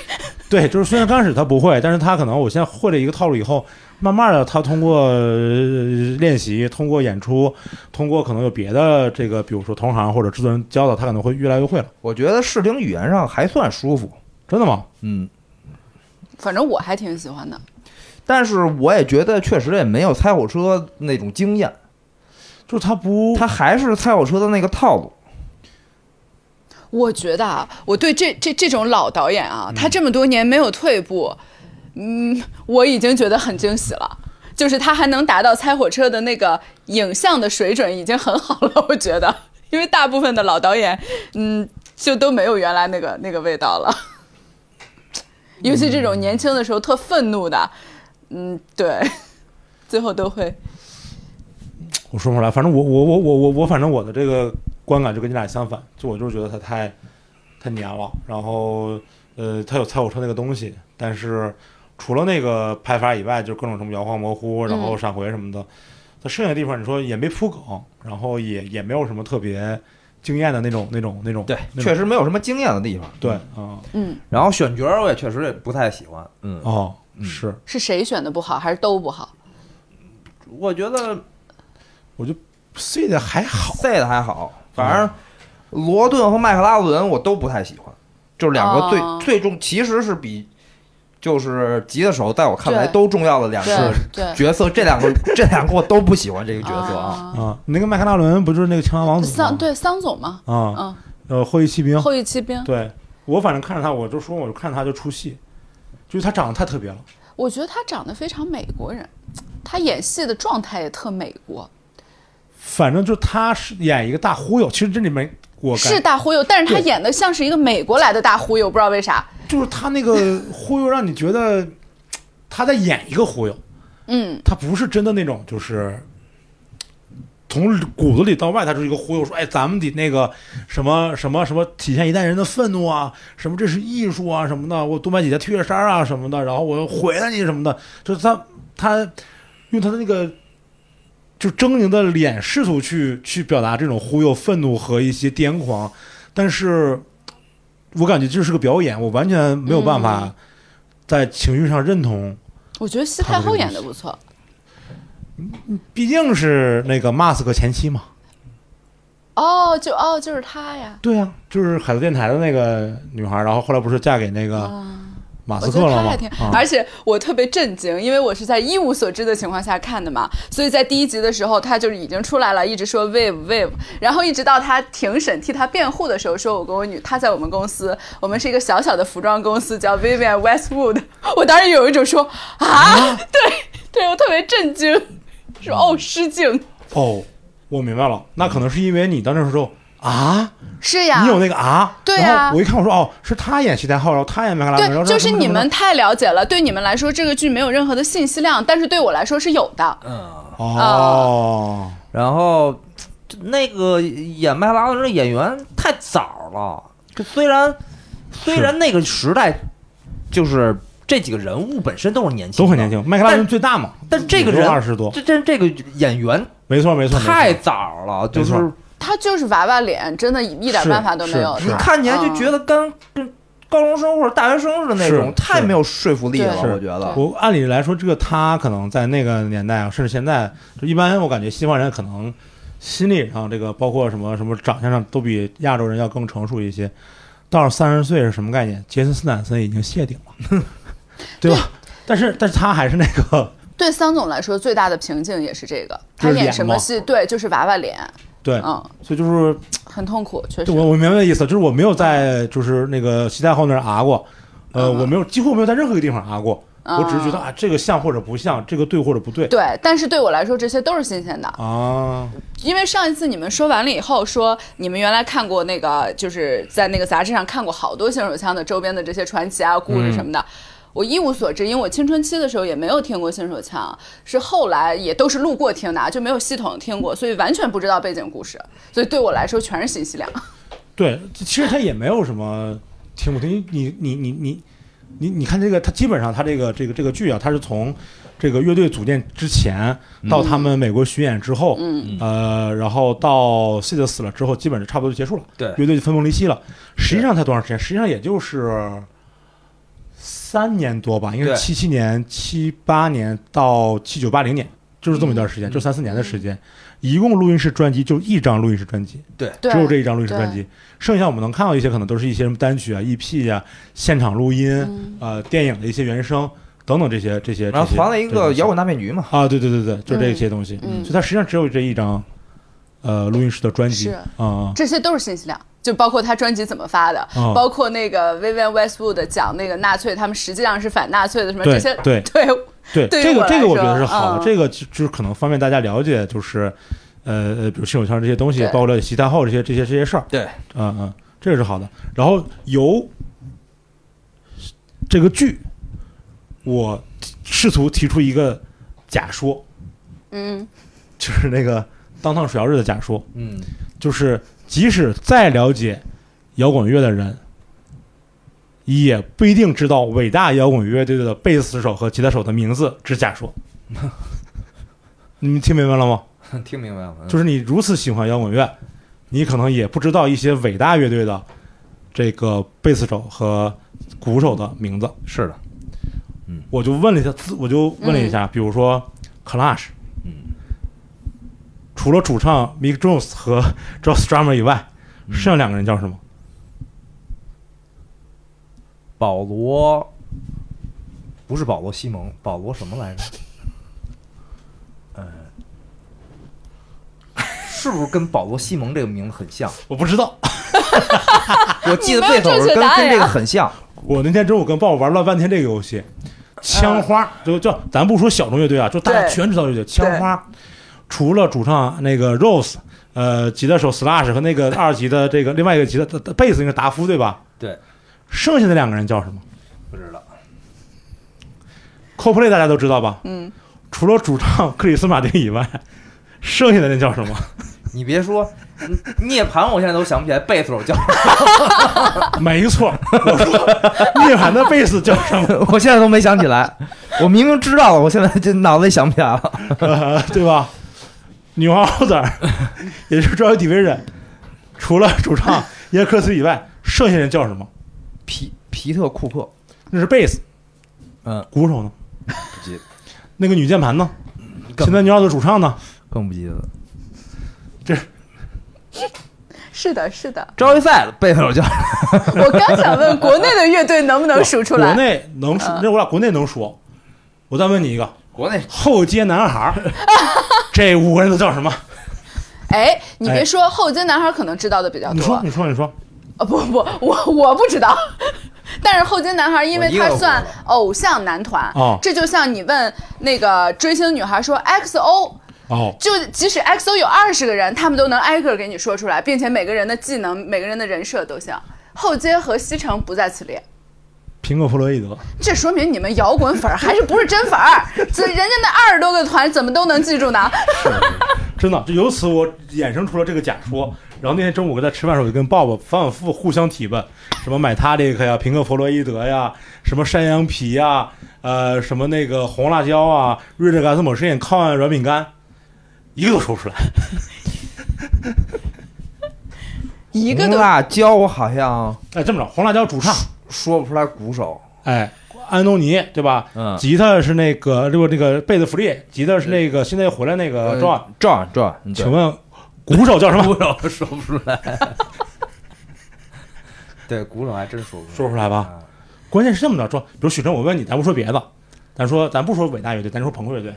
S3: 对，就是虽然刚开始他不会，但是他可能我现在会了一个套路以后，慢慢的他通过、呃练习，通过演出，通过可能有别的这个，比如说同行或者制作人教的，他可能会越来越会了。
S2: 我觉得视听语言上还算舒服，
S3: 真的吗？
S2: 嗯，
S4: 反正我还挺喜欢的。
S2: 但是我也觉得确实也没有猜火车那种经验，
S3: 就是他不，
S2: 它还是猜火车的那个套路。
S4: 我觉得啊，我对这这这种老导演啊，他这么多年没有退步，嗯，我已经觉得很惊喜了。就是他还能达到《猜火车》的那个影像的水准，已经很好了，我觉得。因为大部分的老导演，嗯，就都没有原来那个那个味道了。尤其这种年轻的时候特愤怒的，嗯，对， 最后都会
S3: 我说不出来，反正我我我我我我反正我的这个观感就跟你俩相反，就我就是觉得他太太黏了，然后呃，他有猜火车那个东西，但是除了那个拍法以外，就各种什么摇晃模糊，然
S4: 嗯
S3: 后闪回什么的，在剩下的地方你说也没铺梗，然后也也没有什么特别惊艳的那种那种那种，那种
S2: 确实没有什么经验的地方。
S3: 对，啊、
S2: 然后选角儿我也确实也不太喜欢，嗯，
S3: 哦是，
S4: 是谁选的不好，还是都不好？
S2: 我觉得
S3: 我觉得 C 的还好，
S2: C 的还好，反正罗顿和麦克拉伦我都不太喜欢，就是两个最、
S4: 哦
S2: 最重，其实是比就是吉他手在我看来
S4: 对
S2: 都重要的两个
S4: 对对
S2: 角色，这两个这两个我都不喜欢这个角色啊。
S4: 啊，
S3: 啊，那个麦克拉伦不就是那个枪王王子吗
S4: 桑？对桑总嘛，
S3: 啊，
S4: 嗯，
S3: 呃，后裔骑兵，
S4: 后羿骑 兵。
S3: 对我反正看着他，我就说，我就看着他就出戏，就是他长得太特别了。
S4: 我觉得他长得非常美国人，他演戏的状态也特美国，
S3: 反正就是他是演一个大忽悠，其实这里面我感
S4: 是大忽悠，但是他
S3: 对
S4: 演的像是一个美国来的大忽悠，不知道为啥。
S3: 就是他那个忽悠让你觉得他在演一个忽悠，
S4: 嗯，
S3: 他不是真的那种就是。从骨子里到外，他就是一个忽悠，说：“哎，咱们得那个什么什么什么，体现一代人的愤怒啊，什么这是艺术啊，什么的，我多买几件 T 恤衫啊什么的，然后我毁了你什么的。”就是他他用他的那个就狰狞的脸，试图去去表达这种忽悠、愤怒和一些癫狂，但是我感觉这是个表演，我完全没有办
S4: 嗯
S3: 法在情绪上认同。
S4: 我觉得西太后演的不错，
S3: 毕竟是那个马斯克前妻嘛，
S4: 哦，就哦就是他呀，
S3: 对啊，就是海德电台的那个女孩，然后后来不是嫁给那个马
S4: 啊我
S3: 斯
S4: 觉
S3: 克
S4: 得
S3: 了
S4: 他
S3: 吗
S4: 还挺，？
S3: 啊
S4: 而且我特别震惊，因为我是在一无所知的情况下看的嘛，所以在第一集的时候他就是已经出来了，一直说 wave wave，然后一直到他庭审替他辩护的时候，说我跟我女，他在我们公司，我们是一个小小的服装公司，叫 Vivian Westwood，我 当时有一种说啊， 对对，我特别震惊，
S3: 嗯
S4: 说哦失敬，
S3: 哦，我明白了，那可能是因为你当时说啊，
S4: 是呀，
S3: 你有那个啊，
S4: 嗯对
S3: 然后
S4: 啊
S3: 我一看我说哦，是他演西太后，然后他演麦克拉伦，然后
S4: 对，就是
S3: 什么
S4: 你
S3: 什么
S4: 们太了解了，对你们来说这个剧没有任何的信息量，但是对我来说是有的。啊
S3: 哦，
S2: 然后就那个演麦克拉伦的演员太早了，这虽然虽然那个时代就是这几个人物本身都是年轻，
S3: 都很年。轻，麦克拉伦最大嘛，
S2: 但这个人
S3: 二十多，
S2: 这这这个演员
S3: 没错没错，没错
S2: 太哎早了，就
S3: 没
S2: 是
S3: 错
S4: 他就是娃娃脸，真的一点
S3: 是
S4: 办法都没有。嗯
S3: 是
S2: 你看起来就觉得跟
S4: 啊
S2: 跟高中生或者大学生似的那种
S3: 是，
S2: 太没有说服力了，
S4: 是
S2: 我觉得。
S3: 我按理来说，这个他可能在那个年代啊，甚至现在，就一般我感觉西方人可能心理上这个，包括什么什么长相上，都比亚洲人要更成熟一些。到了三十岁是什么概 念？杰森斯坦森已经谢顶了，对吧？但是但是他还是那个
S4: 对桑总来说最大的瓶颈也是这个，
S3: 就
S4: 他
S3: 是
S4: 演
S3: 脸
S4: 什么
S3: 嘛
S4: 戏，对，就是娃娃脸，
S3: 对，
S4: 嗯，
S3: 所以就是
S4: 很痛苦，确实
S3: 对。我我明白意思，就是我没有在就是那个西太后那儿啊过，呃，我没有几乎没有在任何一个地方啊过，我只是觉得啊这个像或者不像，这个对或者不对
S4: 对，但是对我来说这些都是新鲜的，
S3: 啊，
S4: 因为上一次你们说完了以后，说你们原来看过那个，就是在那个杂志上看过好多新手枪的周边的这些传奇啊、故事什么的。
S3: 嗯
S4: 我一无所知，因为我青春期的时候也没有听过新手枪，是后来也都是路过听的啊，就没有系统地听过，所以完全不知道背景故事，所以对我来说全是信息量。
S3: 对，其实他也没有什么听不听，你你你你你你看这个，他基本上他这个这个这个剧啊，他是从这个乐队组建之前
S2: 嗯
S3: 到他们美国巡演之后，嗯呃，然后到 s i d 死了之后，基本上差不多就结束了，
S2: 对
S3: 乐队就分崩离析了。实际上才多长时间？实际上也就是三年多吧，应该
S2: 对
S3: 是七七年、七八年到七九八零年，就是这么一段时
S2: 嗯
S3: 间，就三四年的时间。一共录音室专辑就一张录音室专辑，
S4: 对，
S3: 只有这一张录音室专辑，剩下我们能看到一些可能都是一些什么单曲啊、EP 啊、现场录音、
S4: 嗯
S3: 呃电影的一些原声等等这些这些。
S2: 然后
S3: 这些
S2: 传了一
S3: 这些
S2: 个
S3: 东西
S2: 摇滚大骗局嘛，
S3: 啊，对对对对，就是这些东西，
S4: 嗯
S3: 所以它实际上只有这一张呃录音室的专辑
S4: 是
S3: 啊、嗯
S4: 这些都是信息量，就包括他专辑怎么发的，
S3: 哦
S4: 包括那个 Vivian Westwood 讲那个纳粹，他们实际上是反纳粹的什么
S3: 对
S4: 这些，
S3: 对对，
S4: 对于
S3: 这个
S4: 我
S3: 这
S4: 来
S3: 个我
S4: 说
S3: 觉得是好的，
S4: 嗯
S3: 这个就就是可能方便大家了解，就是呃呃，比如新手枪这些东西
S4: 对，
S3: 包括了习太后这些这些这些事儿，
S2: 对，
S3: 嗯嗯，这个是好的。然后由这个剧，我试图提出一个假说，
S4: 嗯，
S3: 就是那个当趟水曜日的假说，
S2: 嗯，
S3: 就是即使再了解摇滚乐的人，也不一定知道伟大摇滚乐队的贝斯手和吉他手的名字，这是假说。 你们听明白了吗？
S2: 听明白了，嗯
S3: 就是你如此喜欢摇滚乐，你可能也不知道一些伟大乐队的这个贝斯手和鼓手的名字。
S2: 是的，嗯
S3: 我就问了一下，自我就问了一下，比如说 Clash，
S2: 嗯，
S3: 除了主唱 Mick Jones 和 Joe Strummer 以外，
S2: 嗯
S3: 剩下两个人叫什么？
S2: 保罗不是保罗西蒙，保罗什么来着？呃，是不是跟保罗西蒙这个名字很像？
S3: 我不知道。
S2: 我记得
S4: 你没
S2: 这首
S4: 有正
S2: 是
S4: 确
S2: 跟
S4: 答案
S2: 跟这个
S4: 呀
S2: 很像，
S3: 我那天中午跟爸爸玩了半天这个游戏，枪花，就就咱不说小众乐队啊，就大家
S4: 嗯对
S3: 全知道乐队枪花，除了主唱那个 Rose，呃，吉他手 Slash 和那个二级的这个另外一个吉他的的贝斯应该是达夫对吧？
S2: 对，
S3: 剩下的两个人叫什么
S2: 不知道。
S3: ？Coldplay 大家都知道吧？
S4: 嗯，
S3: 除了主唱克里斯马丁以外，剩下的人叫什么？
S2: 你别说，嗯涅槃我现在都想不起来贝斯手叫什
S3: 没错，我说涅槃的贝斯叫什么？
S2: 么， 我现在都没想起来。我明明知道了，我现在这脑子里想不起来了。
S3: 呃， 对吧？女王奥德尔，也就是 Joy Division，除了主唱耶克斯以外，剩下人叫什么？
S2: 皮皮特库克，
S3: 那是贝斯，
S2: 嗯，
S3: 鼓手呢？
S2: 不记得，嗯
S3: 那个女键盘呢？
S2: 更
S3: 现在女奥的主唱呢？
S2: 更不记得了。
S4: 是的，是的。
S2: 招一赛贝斯手叫什么
S4: 我刚想问国内的乐队能不 能数出
S3: 国
S4: 来，嗯
S3: 内能说，那我俩国内能说。我再问你一个，
S2: 国内
S3: 后街男孩儿，这五个人都叫什么？
S4: 哎，你别
S3: 哎
S4: 说，后街男孩可能知道的比较
S3: 你说，
S4: 多
S3: 你。说，你说。
S4: 哦不不，我我不知道。 但是后街男孩，因为
S2: 我一个
S4: 他
S2: 都不知道
S4: 算偶像男团
S3: 哦，
S4: 这就像你问那个追星女孩说 XO，
S3: 哦，
S4: 就即使 XO 有二十个人，他们都能挨个给你说出来，并且每个人的技能、每个人的人设都像。后街和西城不在此列，
S3: 苹果弗洛伊德，
S4: 这说明你们摇滚粉儿还是不是真粉儿？所以人家那二十多个团怎么都能记住呢？
S3: 真的，就由此我衍生出了这个假说。然后那天中午我在吃饭的时候，我就跟鲍勃反反复复互相提问，什么买他这个呀，平克弗洛伊德呀，什么山羊皮呀，呃，什么那个红辣椒啊，瑞士嘎斯某实验抗软饼干，一个都说不出来。
S4: 一个
S2: 红
S4: 都
S2: 嗯辣椒，我好像
S3: 哎，这么着，红辣椒主唱，
S2: 说不出来鼓手。
S3: 哎，安东尼对吧？
S2: 嗯
S3: 吉他是那个，这个这个贝斯弗利，吉他是那个现在又回来那个 John，、
S2: John John，
S3: 请问鼓手叫什
S2: 鼓
S3: 么？
S2: 手说不出来。 对，鼓手还真说不出来。
S3: 说不出来吧
S2: 啊？
S3: 关键是这么着，说，比如许晨，我问你，咱不说别的，咱说咱不说伟大乐队，咱说朋克乐队，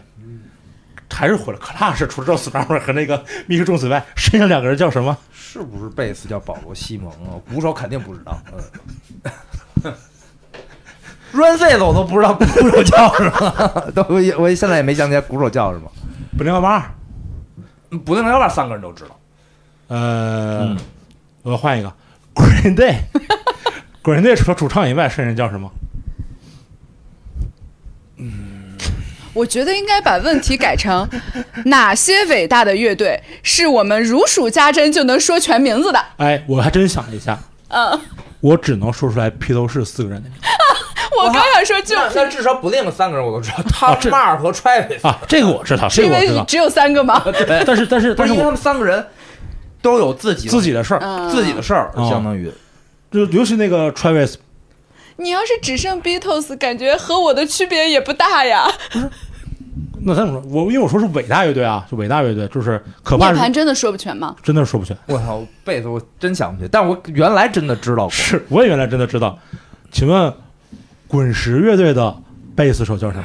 S3: 还是毁了。克拉是除了赵斯 r 和那个密克·中子外，剩下两个人叫什么？
S5: 是不是贝斯叫保罗·西蒙啊？鼓手肯定不知道。嗯 ，Run C 的我都不知道鼓手叫什么， 都我也我现在也没想起来鼓手叫什么。
S3: 不零幺八二。
S5: 不定幺二三个人都知道。
S3: 呃，我换一个 Green Day，Green Day 除了主唱以外，剩下人叫什么？
S4: 我觉得应该把问题改成哪些伟大的乐队是我们如数家珍就能说全名字的？
S3: 哎，我还真想了一下，
S4: 嗯，
S3: 我只能说出来披头士四个人的名字
S4: 我刚想说就
S5: 那至少不定三个人我都 知道，汤
S3: 这
S5: 马尔和 Travis，
S3: 啊，这个我知道，这
S4: 因
S3: 个我知
S4: 为
S3: 道。
S4: 只有三个嘛。
S3: 但是但是
S5: 不是
S3: 但是
S5: 因为他
S3: 我
S5: 们三个人都有自己的
S3: 自己的事儿，
S4: 嗯，
S5: 自己的事儿，
S3: 哦
S5: 相当于
S3: 就尤其那个 Travis，
S4: 你要是只剩 Beatles，感觉和我的区别也不大呀。
S3: 那咱怎么说？我因为我说是伟大乐队啊，就伟大乐队，就是可怕
S4: 涅
S3: 是
S4: 槃真的说不全吗？
S3: 真的说不全。
S5: 我操，贝斯我真想不起，但我原来真的知道过，
S3: 是我也原来真的知道。请问滚石乐队的贝斯手叫什么？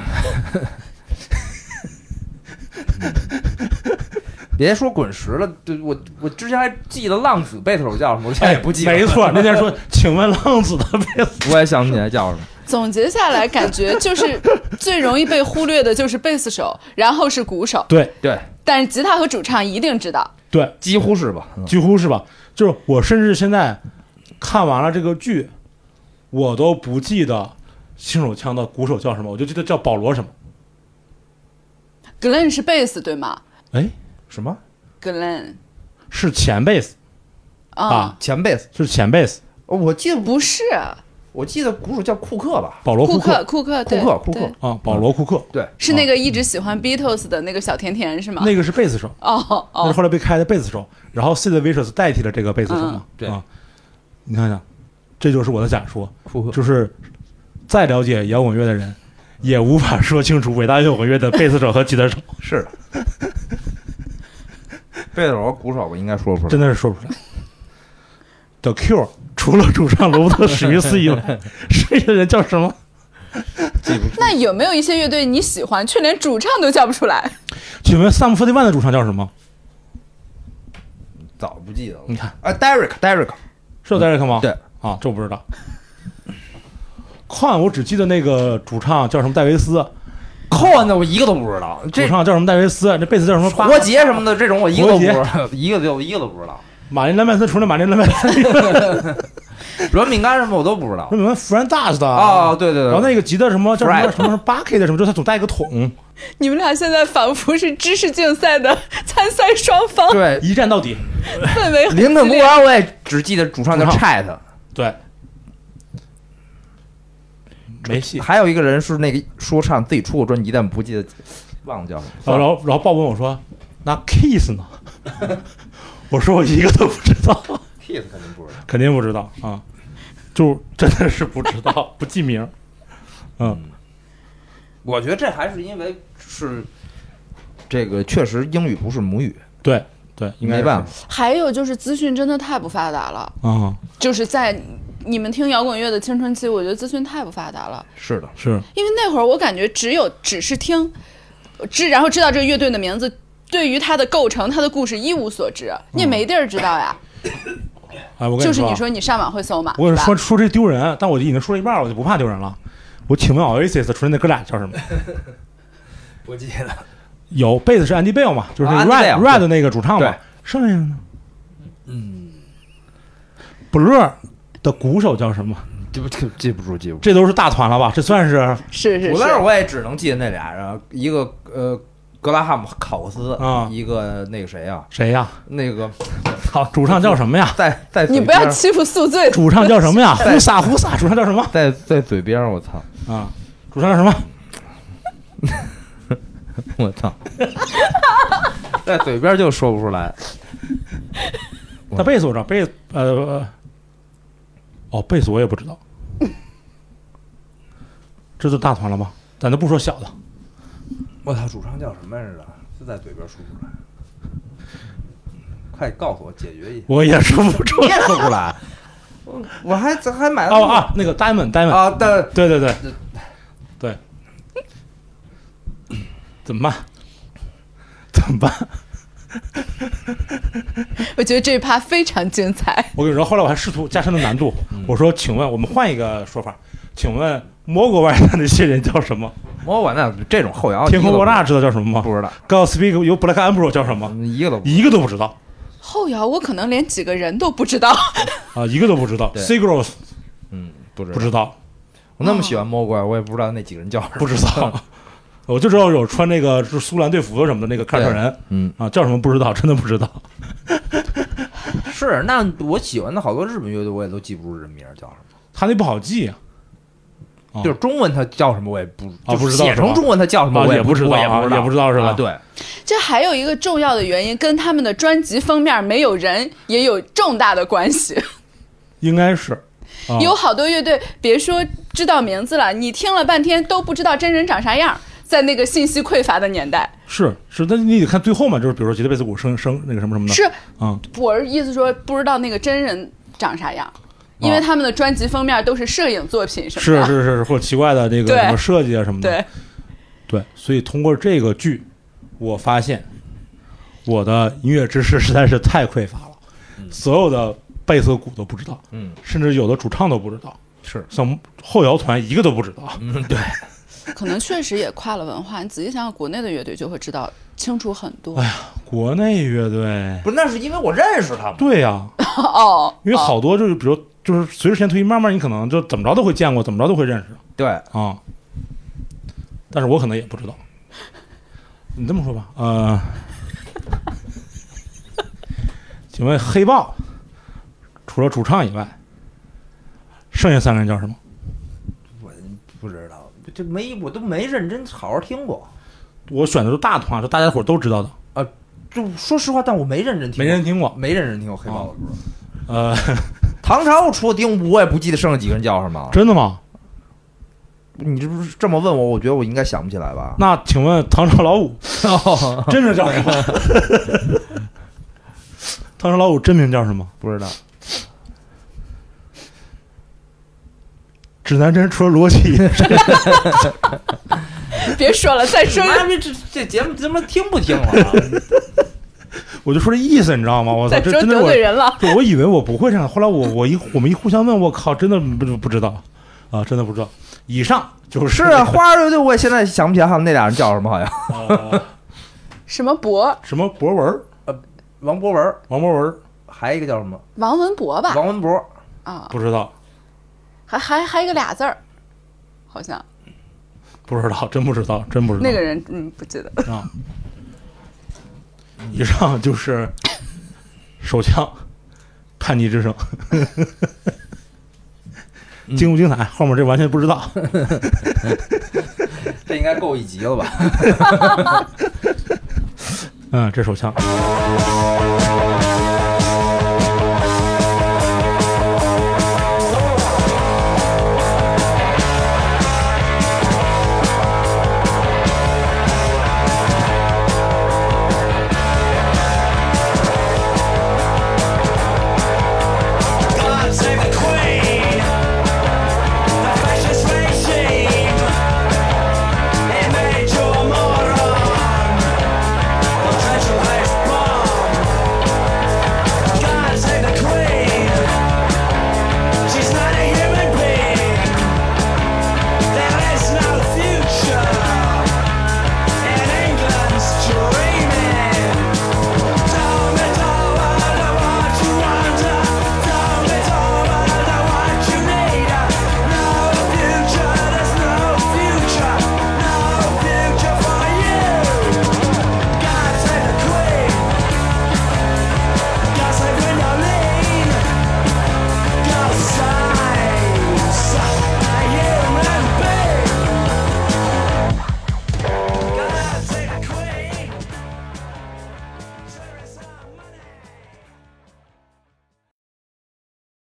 S5: 别说滚石了，对我我之前还记得浪子贝斯手叫什么，我现在哎也不记得。
S3: 没错，那天说，请问浪子的贝斯
S5: 我也想不起来叫什么。
S4: 总结下来，感觉就是最容易被忽略的就是贝斯手，然后是鼓手，
S3: 对
S5: 对，
S4: 但是吉他和主唱一定知道。
S3: 对，
S5: 几乎是吧？嗯
S3: 几乎是吧？就是我甚至现在看完了这个剧，我都不记得新手枪的鼓手叫什么，我就记得叫保罗什么。
S4: Glenn 是贝斯对吗
S3: 哎，
S5: 什么
S4: ？Glenn
S3: 是前贝斯啊，，
S5: 前贝斯？
S3: 是前贝斯，
S5: 哦我记得不，
S4: 不是
S5: 我记得鼓手叫库克吧？
S3: 保罗库
S4: 克，库克，对
S5: 库克库克
S4: 对
S3: 啊，保罗库克，
S5: 对，
S4: 是那个一直喜欢 Beatles 的那个小甜甜是吗？
S3: 啊那个是贝斯手，
S4: 哦
S3: 那是
S4: 哦，
S3: 后来被开的贝斯手，然后 Sid Vicious 代替了这个贝斯手嘛。
S5: 对
S3: 啊，你想想，这就是我的假说，
S5: 库克
S3: 就是再了解摇滚乐的人，也无法说清楚伟大摇滚乐的贝斯手和吉他手，
S5: 是的。贝斯手和鼓手我应该说不出来。
S3: 真的是说不出来。The Cure 除了主唱罗伯特史密斯以外，剩下的人叫什么？
S4: 那有没有一些乐队你喜欢却连主唱都叫不出来？
S3: 请问 Sum 41的主唱叫什么？
S5: 早不记得了
S3: 你。看
S5: 啊，Derek，Derek，
S3: 是叫 Derek 吗？
S5: 对
S3: 啊，这我不知道。矿，我只记得那个主唱叫什么戴维斯，
S5: 扣完的我一个都不知道。
S3: 主
S5: 这
S3: 唱叫什么戴维斯，这贝斯叫什么巴？
S5: 活结什么的这种我一个都不知道，一个都一个都不知道。
S3: 马林莱曼森除了马林莱曼森，
S5: 啊软饼干什么我都不 知道
S3: 什。么 Fran d a s 的
S5: 啊，，对对对，
S3: 然后那个吉他什么叫什么
S5: Fred
S3: 什么什么 Bucket 的什么，就是他总带一个桶，
S4: 你们俩现在仿佛是知识竞赛的参赛双方，
S5: 对
S3: 一战到底。
S4: 氛围很
S5: 林肯 公
S4: 激烈
S5: 园我也只记得主唱叫
S3: 主唱
S5: Chat，
S3: 对，没戏。
S5: 还有一个人是那个说唱自己出过专辑，但不记得忘了叫什么。
S3: 然后然后然后鲍问我说：“那 Kiss 呢？” 我说：“我一个都不知道，
S5: Kiss 肯定不知道。
S3: 肯定不知道啊，就真的是不知道，不记名。”嗯，
S5: 我觉得这还是因为是这个确实英语不是母语，
S3: 对对，应该
S5: 没
S3: 是
S5: 办法。
S4: 还有就是资讯真的太不发达了，
S3: 啊，
S4: 就是在你们听摇滚乐的青春期，我觉得资讯太不发达了，
S5: 是的，
S3: 是
S4: 因为那会儿我感觉只有只是听，知然后知道这个乐队的名字。对于它的构成、它的故事一无所知，
S3: 嗯
S4: 你也没地儿知道呀。
S3: 哎，我跟
S4: 就是
S3: 啊
S4: 你说你上网会搜嘛，
S3: 我跟你
S4: 是吧
S3: 说说这丢人，但我已经说了一半，我就不怕丢人了。我请问 Oasis 除了那哥俩叫什么？
S5: 不记得。
S3: 有贝斯是 Andy Bell 嘛，就是
S5: 啊
S3: Red、
S5: ，Andy Bell，
S3: Red 的那个主唱嘛
S5: 对，
S3: 剩下的呢？嗯，Blur 的鼓手叫什么？
S5: 记不记记不住，记不住。
S3: 这都是大团了吧？这算是啊、
S4: 是是
S5: 古
S4: 是
S5: 勒，我也只能记得那俩人，一个呃格拉汉姆考克斯，
S3: 啊
S5: 一个那个谁啊，
S3: 谁呀？
S5: 那个好
S3: 主唱叫什 么呀？
S5: 在在
S4: 你
S5: 嘴
S4: 不要
S5: 边
S4: 欺负宿醉。
S3: 主唱叫什么呀？
S5: 在
S3: 胡撒胡撒，主唱叫什么
S5: 在在嘴边儿，我操
S3: 啊？主唱叫什么？
S5: 我操， 在嘴边儿就说不出来。
S3: 那贝斯我知道，贝斯呃，哦，贝斯我也不知 道，这就大团了吧？咱就不说小的，
S5: 我操，主唱叫什么来着？就在嘴边说不出来。快告诉我解决一下。
S3: 我也说不出哦
S5: 你也说不出来，我还还买了
S3: 啊
S5: 啊
S3: 哦啊，那个 Diamond Diamond，
S5: 啊，但
S3: 对对对对，怎么办？怎么办？
S4: 我觉得这一趴非常 精彩。
S3: 我跟你说，后来我还试图加深了难度。我说：“请问，我们换一个说法，请问魔国外的那些人叫什么？
S5: 魔管那这种后摇，
S3: 天
S5: 啊
S3: 空
S5: 一个
S3: 爆
S5: 都
S3: 炸知道叫什么吗
S5: 不知嗯道，
S3: ？Godspeak 由 Black Emperor 叫什么？
S5: 一个都不
S3: 一个都不知道
S4: 后摇我可能连几个人都不知道，
S3: 啊，一个都不知道。
S5: 对
S3: Sigros
S5: 嗯不知
S3: 不知道，
S5: 我那么喜欢魔管，我也不知道那几个人叫什么。
S3: 不知道。 我就知道有穿那个就是苏兰队服什么的那个看守人
S5: 嗯，
S3: 啊，叫什么不知道，真的不知道。
S5: 是那我喜欢的好多日本乐队，我也都记不住人名儿叫什么。
S3: 他那不好记啊，哦
S5: 就是中文它叫什么我也不
S3: 啊
S5: 就
S3: 不知道
S5: 写
S3: 是吧
S5: 成中文它叫什么
S3: 啊
S5: 我
S3: 也
S5: 不
S3: 不知道
S5: 我也
S3: 啊
S5: 不知道
S3: 也不知道是吧
S5: 啊对，
S4: 这还有一个重要的原因，跟他们的专辑封面没有人也有重大的关系。
S3: 应该是。啊
S4: 有好多乐队，别说知道名字了，你听了半天都不知道真人长啥样。在那个信息匮乏的年代，
S3: 是是，但你得看最后嘛，就是比如说吉他贝斯鼓声声那个什么什么的，
S4: 是
S3: 啊，
S4: 我意思说不知道那个真人长啥样，因为他们的专辑封面都是摄影作品什么
S3: 哦是
S4: 的。
S3: 是是，或者奇怪的这个
S4: 对
S3: 什么设计啊什么的，
S4: 对，
S3: 对，所以通过这个剧，我发现我的音乐知识实在是太匮乏了，所有的贝斯鼓都不知道，
S5: 嗯，
S3: 甚至有的主唱都不知道，
S5: 是嗯
S3: 像后摇团一个都不知道，
S4: 可能确实也跨了文化。你仔细想想，国内的乐队就会知道清楚很多。
S3: 哎国内乐队，
S5: 不是那是因为我认识他们。
S3: 对呀、
S4: 哦，
S3: 因为
S4: 哦
S3: 好多就是比如就是随着时间推移，慢慢你可能就怎么着都会见过，怎么着都会认识。
S5: 对，
S3: 啊、但是我可能也不知道。你这么说吧，呃，请问黑豹除了主唱以外，剩下三个人叫什么？
S5: 我不知道，这没我都没认真好好听过。
S3: 我选的都大团，就大家伙都知道的，
S5: 就说实话，但我没认真听，
S3: 没人，听过。啊
S5: 没认真听过黑豹的歌。
S3: 呃，
S5: 唐朝除了丁武，我也不记得剩下几个人叫什么了。
S3: 真的吗？
S5: 你这不是这么问我，我觉得我应该想不起来吧？
S3: 那请问唐朝老五真名叫什么？ 唐朝老五真名叫什么？
S5: 不知道，
S3: 指南针除了罗辑，
S4: 别说了，再说
S5: 妈逼，这这节目他妈听不听了？
S3: 我就说这意思，你知道吗？我操，
S4: 再
S3: 这
S4: 说
S3: 真的
S4: 得
S3: 我
S4: 罪人了。
S3: 对，我以为我不会这样，后来我我一我们一互相问，我靠，真的不不知道啊，真的不知道。以上就是
S5: 是啊，花儿乐队我也现在想不起来他们那俩人叫什么，好像
S3: 呃
S4: 什么博，
S3: 什么博文儿，
S5: 王博文，
S3: 王博文儿
S5: 还一个叫什么？
S4: 王文博吧？
S5: 王文博，
S4: 啊，
S3: 不知道，
S4: 还还还有一个俩字儿，好像
S3: 不知道，真不知道，真不知道。
S4: 那个人嗯不记得。
S3: 啊，以上就是手枪叛逆之声， 精不精彩？后面这完全不知道。
S5: 这应该够一集了吧？
S3: 嗯，这手枪。